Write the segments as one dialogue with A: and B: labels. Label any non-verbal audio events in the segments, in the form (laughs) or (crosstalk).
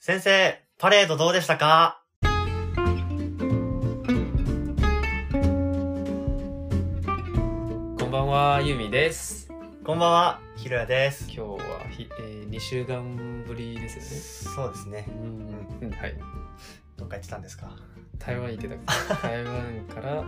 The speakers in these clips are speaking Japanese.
A: 先生、パレードどうでしたか
B: こんばんは、ゆみです。
A: こんばんは、ひろやです
B: 今。日はひ、えー、2週間ぶりです
A: そうですね
B: よ。ね。うん、うん、はい。
A: どっか行ってたんですか
B: 台湾行ってたから。台湾から、あ、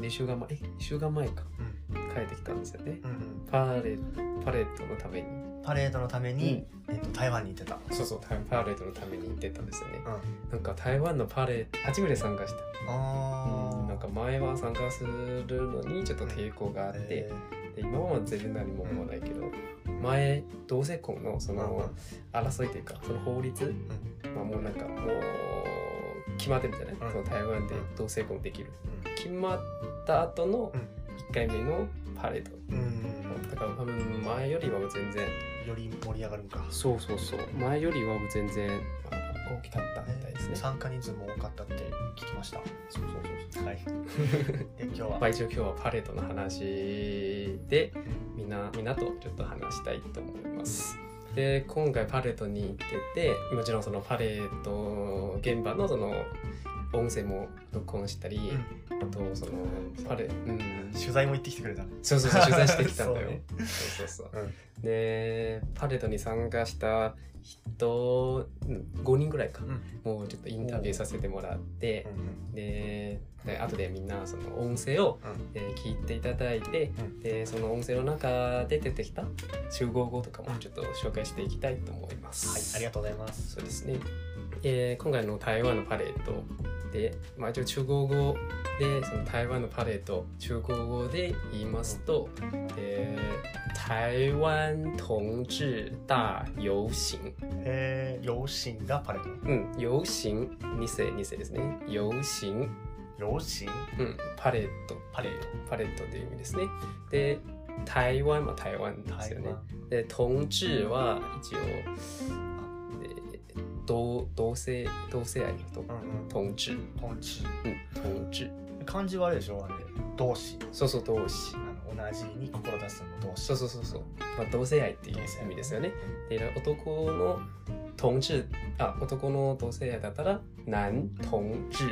B: 2週間前、え、2週間前か。
A: うん。
B: 帰ってきたんですよね。
A: うん
B: パレパレードのために。
A: うん。パレードのために、えっと、台湾に行ってた。
B: そうそう、台パレードのために行ってたんですよね。
A: うん。
B: なんか台湾のパレード、初めて参加した。
A: あ
B: う
A: ー。
B: ん、なんか前は参加するのにちょっと抵抗があって、
A: え
B: で今は全然何も思わないけど、前同性婚のそ
A: ー、
B: の、争いというかその法律、まあ、もうなんかもう決まってるじゃない、
A: うん
B: その台湾で同性婚できる決まった後の
A: うん
B: 1回目のパレード、
A: うん。うん。
B: だから多分前よりは全然
A: うん。より盛り上がるんか。
B: そうそうそう前よりは全然あ大きかったみたいですね、
A: 参加人数も多かったって聞きました。
B: そうそうそうそう (laughs)
A: はい。で、今日は。
B: まあ一応今日はパレードの話でみんなみんなとちょっと話したいと思います。で今回パレードに行っててもちろんそのパレード現場のその音声も録音したり、
A: うん
B: あとそのパレうん
A: 取材も行ってきてくれたね。
B: そうそうそう取材してきたんだよ
A: そうね。
B: そうそうそう
A: うん
B: でパレードに参加した人5人ぐらいか、
A: ん
B: もうちょっとインタビューさせてもらって。
A: うん
B: でで後でみんなその音声を、
A: うん
B: えー聞いていただいて、
A: うん
B: でその音声の中で出てきた集合語とかもちょっと紹介していきたいと思いま
A: はい、
B: す。
A: ありが
B: と
A: とうございます。
B: そうですね、えー今回の台湾のパレードで、まあ、一応中国語でその台湾のパレード中国語で言いますと、えー台湾同志大游行。
A: えー、養親がパレー
B: うん、游行2世2世ですね。游行、
A: ド。養親
B: うん、パレード。
A: パレー
B: パレットという意味ですね。で、台湾は台湾
A: ド。
B: です
A: 台
B: よね。
A: 湾。
B: で、同志は一応、えー同同性同性愛の人
A: うんうん。
B: 同志、うん、
A: トンチ。
B: 同志。
A: 漢字はあれでしょあれ。同志。
B: そうそう、同志
A: あ。の同じに志すの同志。
B: そうそうそうそう。まあ、同性愛っていう意味ですよね。で、男の同志、あ、男の同性愛だったら、男同志、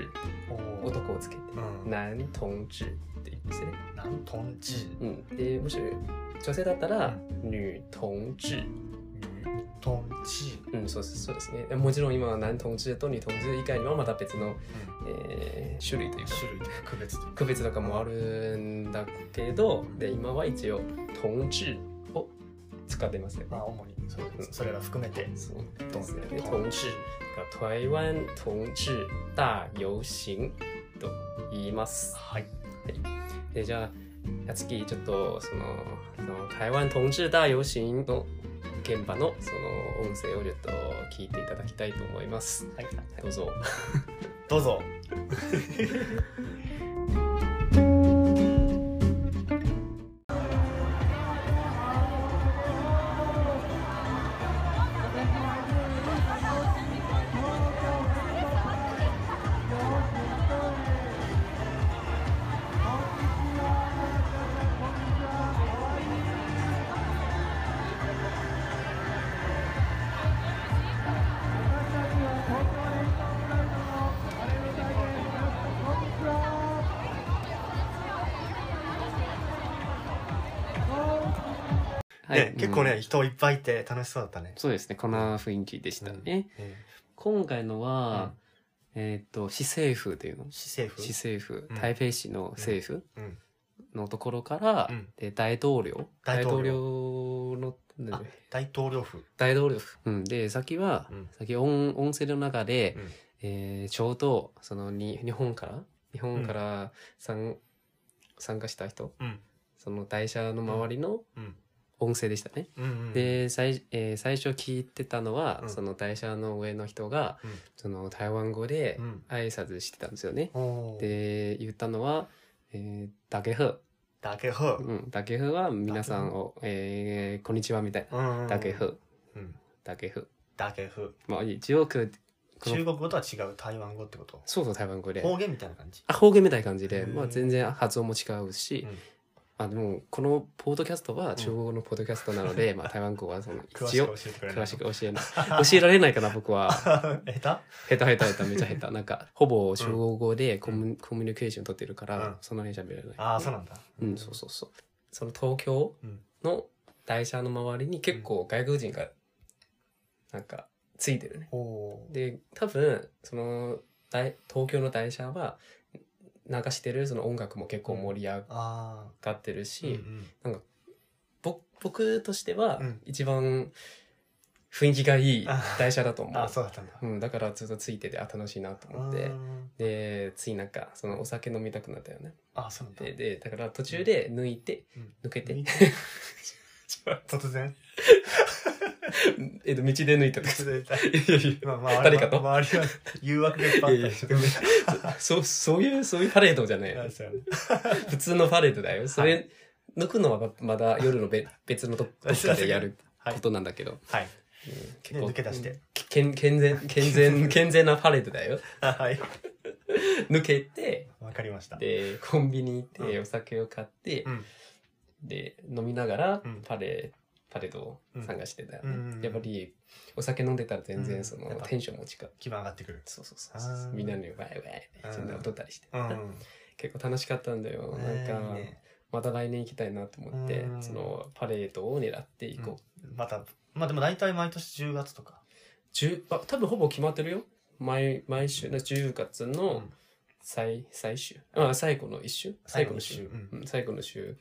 A: おー
B: 男をつけて、
A: うん。
B: 男同志って言うんですね。
A: なんトンチ。
B: うん。で、もし女性だったら、女同志。
A: トンチ。
B: うん、そうですそうですね。もちろん今は男同志と女同志以外にはまた別の、えー種類というか
A: 種類で区別というか。
B: 区別とかもあるんだけど、で今は一応同志を使ってますよね。
A: まあ、主にそう
B: うん
A: それら含めて。
B: そう
A: ト
B: で
A: ン
B: すよ
A: チ。
B: ね。同志が台湾同志大遊行と言います。
A: はい。
B: でじゃあやつきちょっとそのその台湾同志大遊行の現場のその音声をちょっと聞いていただきたいと思います。
A: はい。
B: どうぞ。
A: どうぞ。ね、結構ね、人いっぱいいて楽しそうだったね。
B: そうですね、こんな雰囲気でしたね。
A: え
B: 今回の
A: うん
B: は、えーっと、市政府というの
A: ー。市政府
B: 市。政府
A: うん、
B: 台北市の政府
A: うん。
B: のところから
A: うん、
B: で大統領、
A: 大
B: 大
A: 統
B: 統
A: 領
B: 領の、
A: あ大統領府。
B: 大統領府、うん、で、先は
A: うん、
B: 先音音声の中で
A: うん、
B: えーちょうど、そのに、日本から、日本から参参加した人
A: うん、
B: その台車の周りの
A: うん。
B: 音声でしたね。
A: うんうん、
B: で最,、えー最初聞いてたのは、
A: うん
B: その台車の上の人が、
A: うん
B: その台湾語で
A: うん。
B: 挨拶してたんですよね。
A: おー、
B: で言ったのは「えー、だけふ」
A: だけふ。
B: うん「だけふ」は皆さんを「えーこんにちは」みたいな
A: う
B: 「
A: ん
B: だけ。ふ」
A: うん。
B: 「だけふ
A: だけふ。」
B: まあ一応こうこ
A: 中
B: の
A: 国語とは違う台湾語ってこと
B: そうそう台湾語で
A: 方言みたいな感じ。
B: あ方言みたいな感じで、
A: うん
B: まあ、全然発音も違うし、
A: うん
B: あでもこのポッドキャストは中国語のポッドキャストなの
A: (laughs)
B: で、まあ、台湾語はその
A: 詳し
B: 一
A: く
B: 応
A: 教えてくれな
B: 詳
A: い
B: しく教えない教えられないかな僕
A: (laughs)
B: は
A: 下
B: 下手下手下手めちゃ下手なんかほぼ中国語でコミ,、コミュニケーション取ってるから、
A: うん
B: そんなに喋れない
A: 手ああそうなんだ
B: うん、そうそうそう。その東京
A: うん
B: の台車の周りに結構外国人がなんかついてるね。
A: おおー
B: で、多分、その大東京の台車は流してるその音楽も結構盛り上
A: あ
B: がって
A: あう
B: る
A: んう
B: し、
A: ん
B: ぼ僕としては
A: うん
B: 一番雰囲気がいい台車だと思
A: ああ
B: う。
A: そうだったんだ
B: うん、だからずっとついてて、あ、楽しいなと思って
A: う。ん
B: で、ついなんか、そのお酒飲みたくなったよね。
A: ああそうなんだ
B: で、でだから途中で抜いて、
A: うん
B: 抜けて (laughs)
A: 見、突然
B: えっと、道で抜いたとか。
A: 突然
B: (laughs) いやいやい
A: まあ周り
B: 誰かと
A: 周りは誘惑がいっぱいあったでしょ
B: や (laughs) そう、そういう、そういうパレードじゃな
A: (laughs)
B: い
A: なん
B: よ
A: ですよね
B: 普通のパレードだよ。それ、抜くのはままだ夜のべ別のとこ
A: あすいません
B: でやる
A: はい
B: ことなんだけど、
A: はい (laughs)
B: うん
A: ね抜け出して
B: うん健健全、健全、 (laughs) 健全なパレードだよ。
A: あはい
B: 抜けて、
A: わかりました
B: で、コンビニ行って
A: う
B: お酒を買って、
A: うん
B: で、飲みながら
A: うん
B: パレ、パレードを探してたよね。
A: うん
B: やっぱり、お酒飲んでたら全
A: う
B: 然
A: ん
B: その
A: やっぱ
B: テンションも違う。
A: 気分上がってくる
B: そうそうそうそう
A: あー
B: みんなにワイワイってそんな踊ったりして、
A: うん
B: 結構楽しかったんだよ、
A: ね
B: なんか
A: いいね
B: また来年行きたいなと思って、
A: うん
B: そのパレードを狙っていこう、
A: またまあでも大体毎年10月とか
B: 10あ多分ほぼ決まってるよ毎毎週の10月
A: う
B: の
A: ん
B: 最,、最終あ最後の1週最
A: 最
B: 後
A: 後の
B: の週
A: 週
B: うん最後の週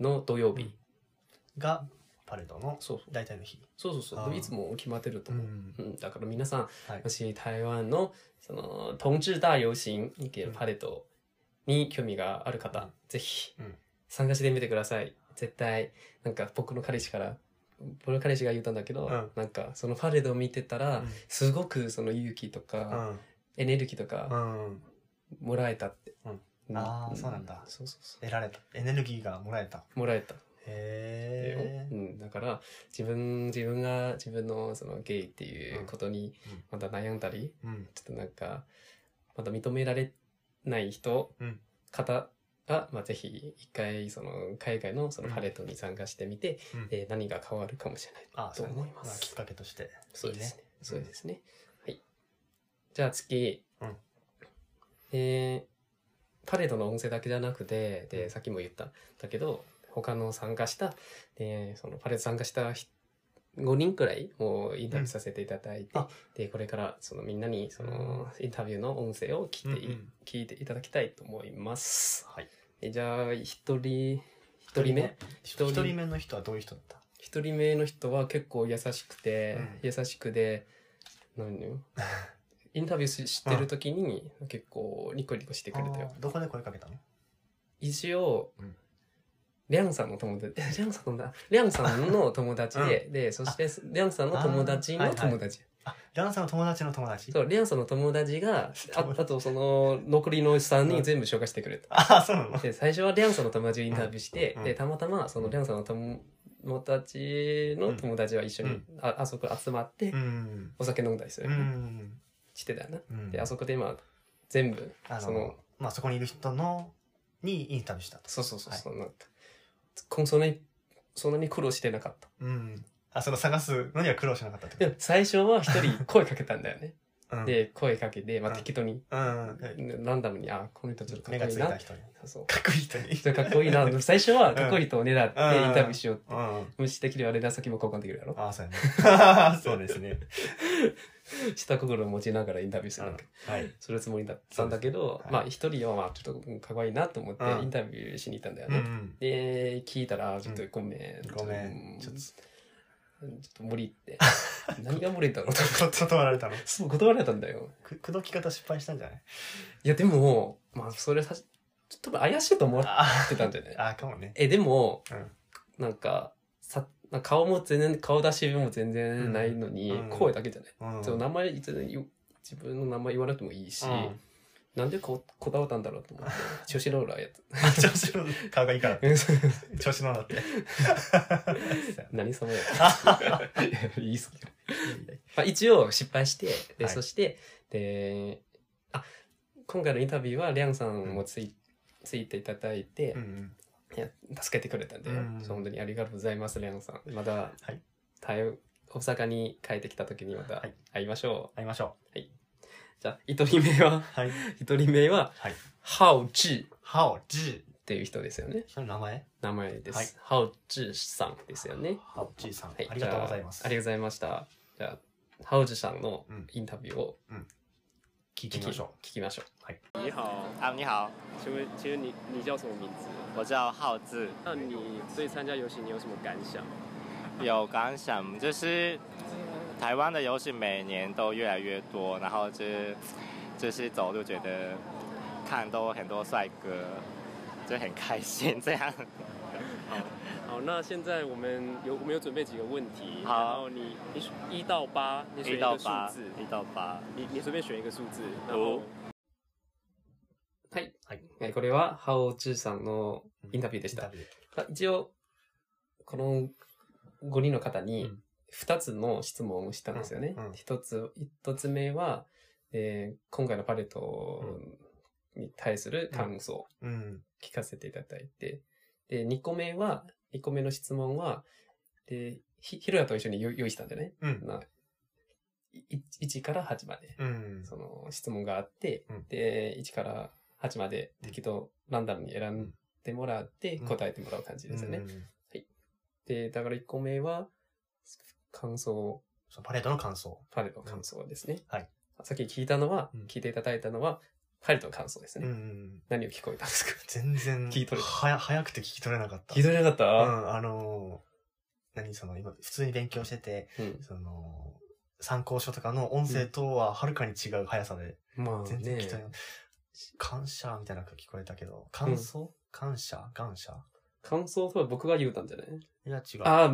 B: の土曜日、
A: うんがパレードの
B: そうそう
A: 大体の日
B: そうそうそう
A: あー
B: いつも決まってると
A: う
B: 思う、
A: ん
B: うんだから皆さん
A: はい
B: もし台湾のその同志大遊行にけるパレットに興味がある方、
A: うん
B: ぜひ
A: うん
B: 参加してみてください。絶対、なんか僕の彼氏から、僕の彼氏が言ったんだけど、
A: うん
B: なんかそのパレードを見てたら、
A: うん
B: すごくその勇気と
A: う
B: か、
A: ん
B: エネルギーとか
A: うん
B: もらえたって。
A: うんあーそうなんだ
B: そうそうそ
A: 得られたエネルギーがもらえた
B: う。もらえた。よ
A: へ
B: う
A: え
B: ん、だから自分自分が自分のそのゲイっていうことに
A: うん
B: また悩んだり、
A: うん
B: ちょっとなんか、まだ認められない人、
A: うん
B: 方が、まあ、ぜひ一回、その、海外のそのパレットに参加してみて、
A: うん
B: えー何が変わるかもしれない。
A: あそうね
B: と思います
A: あきっかけとして
B: そうです
A: いい
B: ね。そうですね。はい。じゃあ次。
A: うん
B: えーパレードの音声だけじゃなくて、で、さっきも言ったんだけど、他の参加した、えーそのパレード参加した人5人くらいをインタビューさせていただいて、
A: うんあ
B: で、これからそのみんなにそのインタビューの音声を聞いてい、
A: うんうん
B: 聞いていただきたいと思います。
A: はい
B: えじゃあ、一人、一人目
A: 一
B: 一人目
A: 人目の人はどういう人だった
B: 一人目の人は結構優しくて、
A: うん
B: 優しくで
A: (laughs)
B: 何よインタビューししてる時に結構ニコニコしてくれたよ
A: あーどこで声かけたの
B: 一応、
A: うん
B: リャンさんの友達リャンさんの友達リャンさんの友達で、でそしてリャンさんの友達の友達、
A: あーはいあランさんの友達の友達
B: そうリャンさんの友達がああとその残りの3人全部紹介してくれた
A: ああそうなの
B: で最初はリャンさんの友達をインタビューして、
A: うん
B: でたまたまそのリャンさんの友達の友達は一緒に、
A: うん
B: ああそこ集まって
A: うん
B: お酒飲んだりする、
A: うん
B: してたよな、
A: うん
B: であそこで今全部
A: あ
B: その
A: のまあそこにいる人のにインタビューしたと
B: そうそうそうそう、なんかこんそんなにそんなに苦労してなかった
A: うんあその探すのには苦労しなかったって
B: でも最初は一
A: (laughs)
B: 人声かけたんだよね
A: ことうん
B: で声かけて、まあ、
A: うん
B: 適当に、
A: うん
B: ランダムにあこの人ちょっとかっ
A: 目が
B: こい
A: つ
B: い
A: いた
B: な
A: 人に
B: そう
A: かっこいい人に
B: ちょっとかっこいいな最初はかっこいい人を狙って
A: うん
B: インタビューしようって、
A: うん
B: 無視できるよ連絡先も交換できるやろ
A: ああそうやねそうですね
B: 下心を持ちながらインタビューするわけ、
A: はい
B: するつもりだったんだけど、
A: そうですはい
B: まあ一人はまあちょっとかっこいいなと思って
A: うん
B: インタビューしに行ったんだよ
A: う
B: ね、
A: ん
B: で聞いたらちょっとごめん、
A: ごめん
B: ち
A: ち
B: ょ
A: ょ
B: っ
A: っ
B: と
A: と
B: うんちょっと無理って
A: (laughs)
B: 何が無理だろうと
A: と断られたの
B: そう断られたんだよ
A: く (laughs) 口説き方失敗したんじゃない
B: いやでもまあそれさちょっと怪しいと思っ
A: あ
B: てたんじゃない
A: ーあーかもね
B: えでも
A: うん
B: なんかさなんか顔も全然顔出しも全然ないのに、
A: うん
B: 声だけじゃない、
A: うん
B: そう名前全然言う自分の名前言わなくてもいいし、
A: うん
B: なんでここだわったんだろうと思って調子ローラーやつ
A: あ (laughs) 調子の顔がいいから (laughs) 調子のん (laughs) だって
B: (laughs)
A: (laughs)
B: 何様やいいっすけど
A: い
B: まあ、一応失敗して、で、
A: はい
B: そして、で、あ、今回のインタビューはリャンさんもつい,、ついていただいて、
A: うん
B: いや助けてくれたんで、
A: うん
B: そう本当にありがとうございます、レオンさん。また、
A: はい
B: 台大阪に帰ってきた時にまた
A: はい
B: 会いましょ
A: 会いましょ
B: う。じゃあ、一人目は
A: う。、
B: (laughs)
A: はい。
B: 一人目は、
A: はい。
B: ハオチ
A: ハオジ
B: ーっていう人ですよね
A: ー。。その名前
B: 名前です。ハオチーさんですよね。
A: ハオジーさん、
B: はい、
A: ありがとうございます。
B: じゃあありがとうございました。じゃあ、ハオチーさんの
A: うん
B: インタビューを
A: 聞い
B: 聞
A: て
B: き,、
A: みましょう。
B: 聞きましょう。
C: 你好，
D: 啊，你好，
C: 请问请问你你叫什么名字？
D: 我叫浩志。
C: 那你对参加游行你有什么感想？
D: 有感想就是，台湾的游戏每年都越来越多，然后就是就是走路觉得看都很多帅哥，就很开心这样。 (laughs)
C: 好，那现在我们有我们有准备几个问题，
D: 好
C: 然后你你一到八，你选
D: 一
C: 一
D: 到
C: 个数
D: 八
C: 字，，
D: 一到八。哦
C: 你你随便选一个数字，然
D: 五
C: 后
B: はい。
A: はい
B: はい、これは、ハオチーさんのインタビューでした
A: インタ。ビュー
B: あ一応、この5人の方
A: う
B: に
A: ん
B: 2つの質問をしたんですよね
A: うんうん。
B: 一、つ、一つ目は、えー今回のパレットに対する感想を
A: うん。
B: 聞かせていただいて、で、2個目は、2個目の質問は、で、ひ、ひろやと一緒に用用意したんだよね。
A: うん。
B: まあ、い1から8まで、
A: うん。
B: その質問があって、
A: うん
B: で、1から8まで適当、ランダムに選んでもらって、
A: うん
B: 答えてもらう感じですよね。
A: うん
B: で、だから1個目は、感想、
A: そのパレードの感想。
B: パレの感想ですね。
A: はい。
B: さっき聞いたのは、
A: うん
B: 聞いていただいたのは、パレの感想です
A: う
B: ね。
A: ん。
B: 何を聞こえたんですか
A: 全然、
B: 聞い取れた
A: はや、早くて聞き取れなかった。
B: 聞い取れな
A: う
B: かっ
A: ん、あのー、何その、今、普通に勉強してて、
B: たうん。
A: その、参考書とかの音声とははるかに違う速さで、
B: まあ
A: 全然聞き取れ
B: ね
A: な、い感謝みたいなのが聞こえたけど、感想感謝感謝
B: 感想とは僕が言うたんじゃない
A: いや、違う。
B: ああ、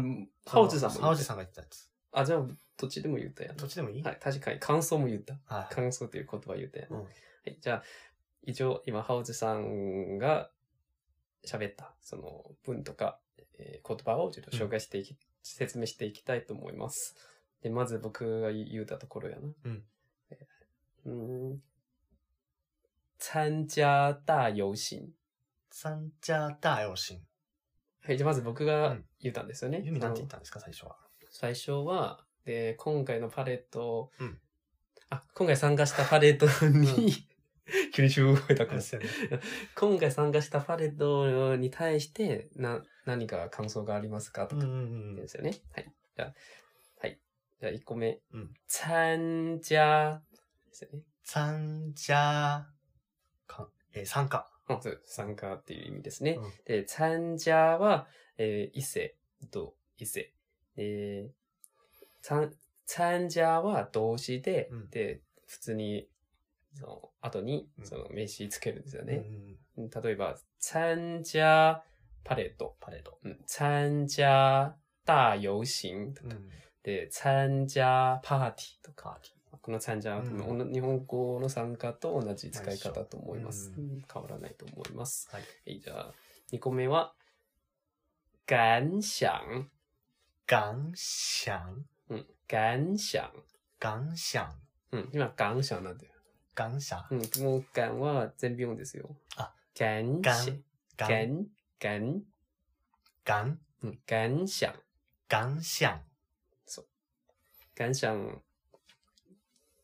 B: ハオチさん
A: ハ
B: も言
A: オ
B: っ
A: ジ
B: た。
A: さんが言ってたやつ。
B: あ、じゃあ、どっちでも言ったやん
A: どっちでもいい
B: はい、確かに感想も言った。
A: はい。
B: 感想という言葉言ったやん
A: う
B: は
A: ん
B: い、じゃあ、一応、今、ハオチさんが喋った、その文とか、えー言葉をちょっと紹介していき、説明していきたいと思います。で、まず僕が言うたところやな。
A: うん
B: えー。うーん。参加大遊行。
A: サンチャー大遊行。
B: はい、じゃあまず僕が言ったんですよね。
A: ユミなんて言ったんですか、最初は。
B: 最初は、で、今回のパレット、
A: うん
B: あ、今回参加したパレットに、 (laughs) 急に中国語だから。
A: よね。
B: 今回参加したパレットに対して、な、何か感想がありますか
A: う
B: と
A: んう
B: か、
A: んうん
B: で。すよね。はい。じゃあ、はい。じゃあ1個目。
A: うん
B: 参加ですよね。
A: 参加、かえー参加。
B: あそう参加っていう意味ですね。
A: うん
B: で、参加は、えー、伊勢と伊勢。えー、参参加は動詞で、
A: うん
B: で、普通に、その、後に
A: う、ん
B: その、名詞つけるんですよ
A: うん
B: ね
A: う。ん
B: 例えば、参加パレード。
A: パレード。
B: うん、参加大遊行と
A: う
B: か、
A: ん
B: で、参加パーティーとか。
A: パーテ
B: この参加は、
A: うん
B: おん、日本語の参加と同じ使い方と思います。
A: う
B: うん変わらないと思います。
A: ィー。はい。
B: はい、じゃあ、2個目は、感想。
A: 感想、
B: うん、感想。
A: 感想、
B: うん、今、感想なんだよ。
A: 感謝、
B: うん、もう、感は全部読んですよ。
A: あ、
B: 感想。
A: 感、
B: 感、感、
A: 感、
B: うん、感想。
A: 感想、
B: 感想。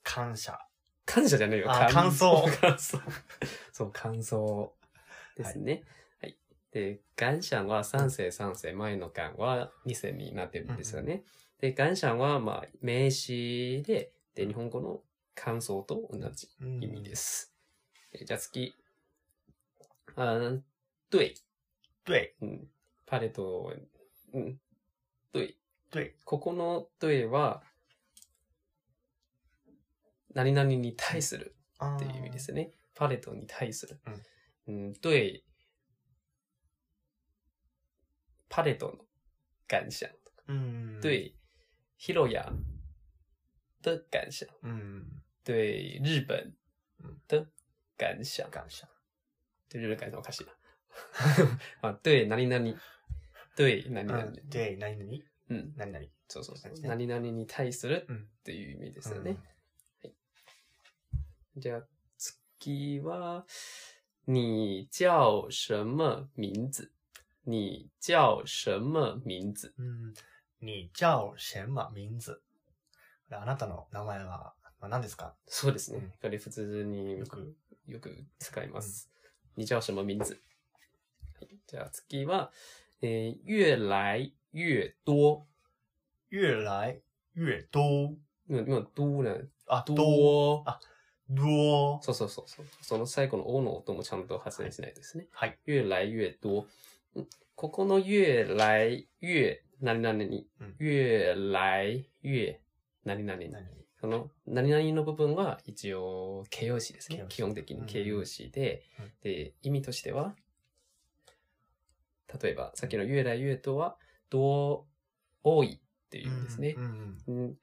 A: 感謝。
B: 感謝じゃないよ。
A: あ感想
B: 感想。そう、感想ですね。はい。で、感謝は三世三世、前の感は二世になってるんですよね。で、感謝は、まあ、名詞で、で、日本語の感想と同じ
A: うん
B: 意味です。えじゃあ次。あー对。
A: 对、
B: うん。パレット、うん。对。
A: 对。
B: ここの对は、何々に対する。
A: っ
B: っていう意味で。すね。パレットに対する。うん、对パレットの感想。
A: うん。
B: 对広屋的感想。
A: うん。
B: 对日本的感想。
A: 感謝。
B: 对日本感想おかし (laughs) いな。まあ、对何々。对何々。
A: うんで、何々
B: うん。
A: 何々。
B: そうそうそう
A: そうです。ね
B: 何々に対する
A: うん
B: っていう意味ですよね。じゃあ、次は、你叫什么名字你叫什么名字？
A: うん。你叫什么名字これあなたの名前は、まあ、何ですか
B: そうですね。これ普通に
A: よく。
B: よく使います。你叫什么名字？はいじゃあ次は、えー越来越多。
A: 越来越多。
B: 今、今、多ね。
A: あ、多。
B: 多。
A: あ多。
B: そうそうそうそう。その最後の O の音もちゃんと発音しないとですね。
A: はい。
B: 越来越多。んここの越来越、何々に
A: うん。
B: 越来越、何々に。
A: 何
B: その、何々の部分は一応形容詞です
A: 形
B: ね
A: 容。詞
B: 基本的に
A: うん
B: 形容詞で、
A: うん
B: で、意味としては、例えば、さっきの越来越とは、多、多いっていうんですね
A: う。ん。
B: うん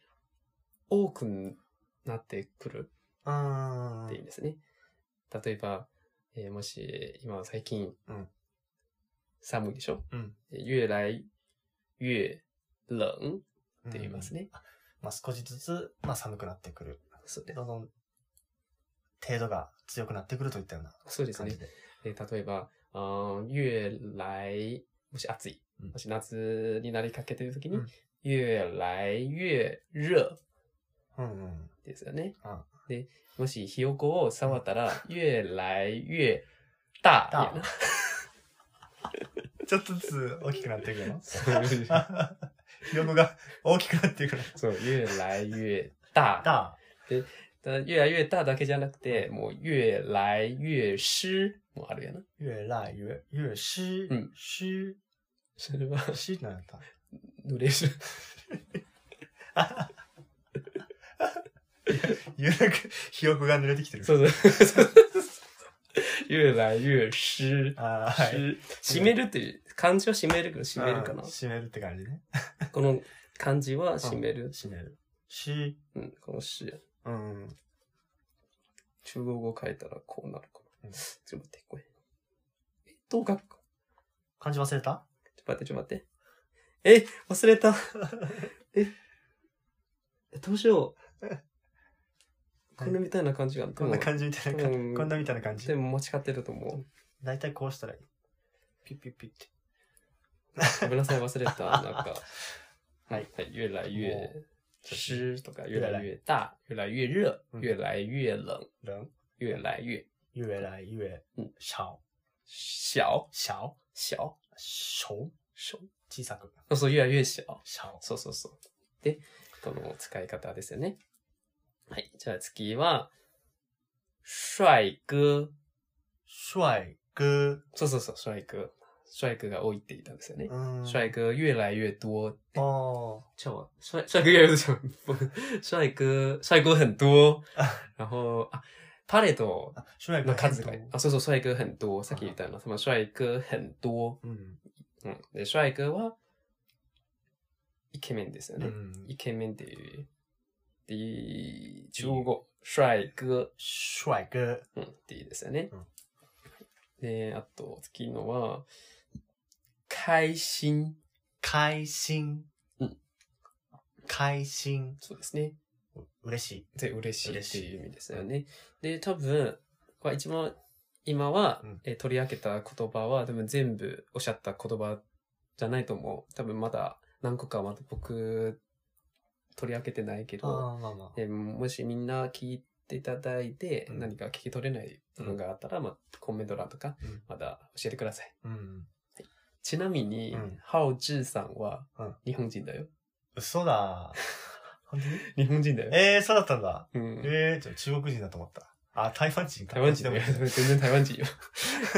B: 多くなってくる
A: うん。
B: っていうんですね。例えば、えーもし、今最近、
A: うん
B: 寒いでしょ、
A: うん
B: 越来越冷
A: っ
B: って言います。ね。
A: まあ、少しずつ、まあ、寒くなってくる。
B: そう
A: どんどん、程度が強くなってくるといったような
B: そうです
A: 感
B: ね
A: じ。で。
B: で例えば、うん、越来、もし暑い
A: うん、
B: もし夏になりかけてるときに、
A: うん
B: 越来越热
A: うんうん。
B: ですよね。
A: うん
B: で、もしひよこを触ったら、越来越大。
A: 大ちょっとずつ大きくなっていくの
B: そういう
A: 横が (laughs) 大きくなっていくの。
B: そう、越来越大。
A: だ。
B: ただ越来越大だけじゃなくて、もう越来越湿もある
A: (laughs)
B: やな。 (laughs)
A: 越来越越湿
B: うん (laughs)
A: 湿
B: それは
A: 湿ってなんだった
B: 濡れる。
A: ゆらく、 (laughs) ひよこが濡れてきてる。。
B: そう
A: (laughs)
B: うそう。越来越湿。
A: ああ、はい。
B: 湿湿めるっていう、漢字は湿めるけど湿めるかな
A: うん。湿めるって感じね。
B: この漢字は湿める。
A: 湿める。し、
B: うん、この湿。
A: うん。
B: 中国語書いたらこうなるかな。
A: うん
B: ちょっと待って、これ。えどう書くか。
A: 漢字忘れた
B: ちょっと待って、ちょっと待って。え、忘
A: (laughs)
B: れた。え、どうしよう。こんなみたいな感じがある
A: こんな感じみたいな
B: で
A: 感
B: も
A: じ。こんなみたいな感じ
B: で。も間違ってると思
A: だいたいこうしたらいい。ピッピッピッって。
B: う。ごめんなさい、忘
A: (laughs)
B: れた。なんか、
A: はい。
B: はい、越来
A: も
B: 越湿とか、
A: 越
B: 越
A: 来
B: 来越大、越来越热、
A: うん
B: 越来越冷、
A: 人
B: 越来越
A: 越来越
B: うん
A: 小。
B: 小、
A: 小
B: 小、
A: 小
B: 小。
A: 小さく。
B: そうそう、越来越小。
A: 小。
B: そうそうそう。で、この使い方ですよね。はい、じゃあ次は、帅哥。
A: 帅哥。
B: そうそうそう、帅哥。帅哥が多いって言ったんですよね。
A: うん。
B: 帅哥越来越多。
A: 哦。
B: 叫帅帅哥越来越多， (laughs) 不帅哥帅哥很多。然后啊，パレード
A: あ帅哥
B: の数
A: 很
B: が
A: 多。
B: あ、そうそう、帅哥很多。さっき言ったの、その帅哥很多。
A: うん。
B: うん。で、帅哥は、イケメンですよ
A: う
B: ね。
A: ん。
B: イケメンっていう。で、中国語、帅哥。
A: 帅哥。
B: うん、っていいですよね。
A: うん
B: で、あと、次のは、開心。
A: 開心。
B: うん
A: 開心。
B: そうですね。
A: う嬉しい。
B: で、嬉しい
A: 嬉
B: って
A: しい
B: いう意味ですよね。で、多分、これ一番、今は、
A: うん
B: えー取り上げた言葉は、多分全部おっしゃった言葉じゃないと思う。多分まだ何個かまだ僕、取り上げてないけど、
A: ああ、まあまあ。
B: えーもしみんな聞いていただいて、
A: うん
B: 何か聞き取れない部分があったら、まあ、コメント欄とか
A: うん、
B: まだ教えてください。
A: うん。
B: ちなみに
A: うん、
B: ハオジさんは
A: うん
B: 日本人だよ。
A: 嘘だ。 (laughs) 本当に
B: 日本人だよ。
A: ええー、そうだったんだ。
B: うん、
A: ええー、ちょ中国人だと思った。あ、台湾人か。
B: 台湾人だよ。全然台湾人よ。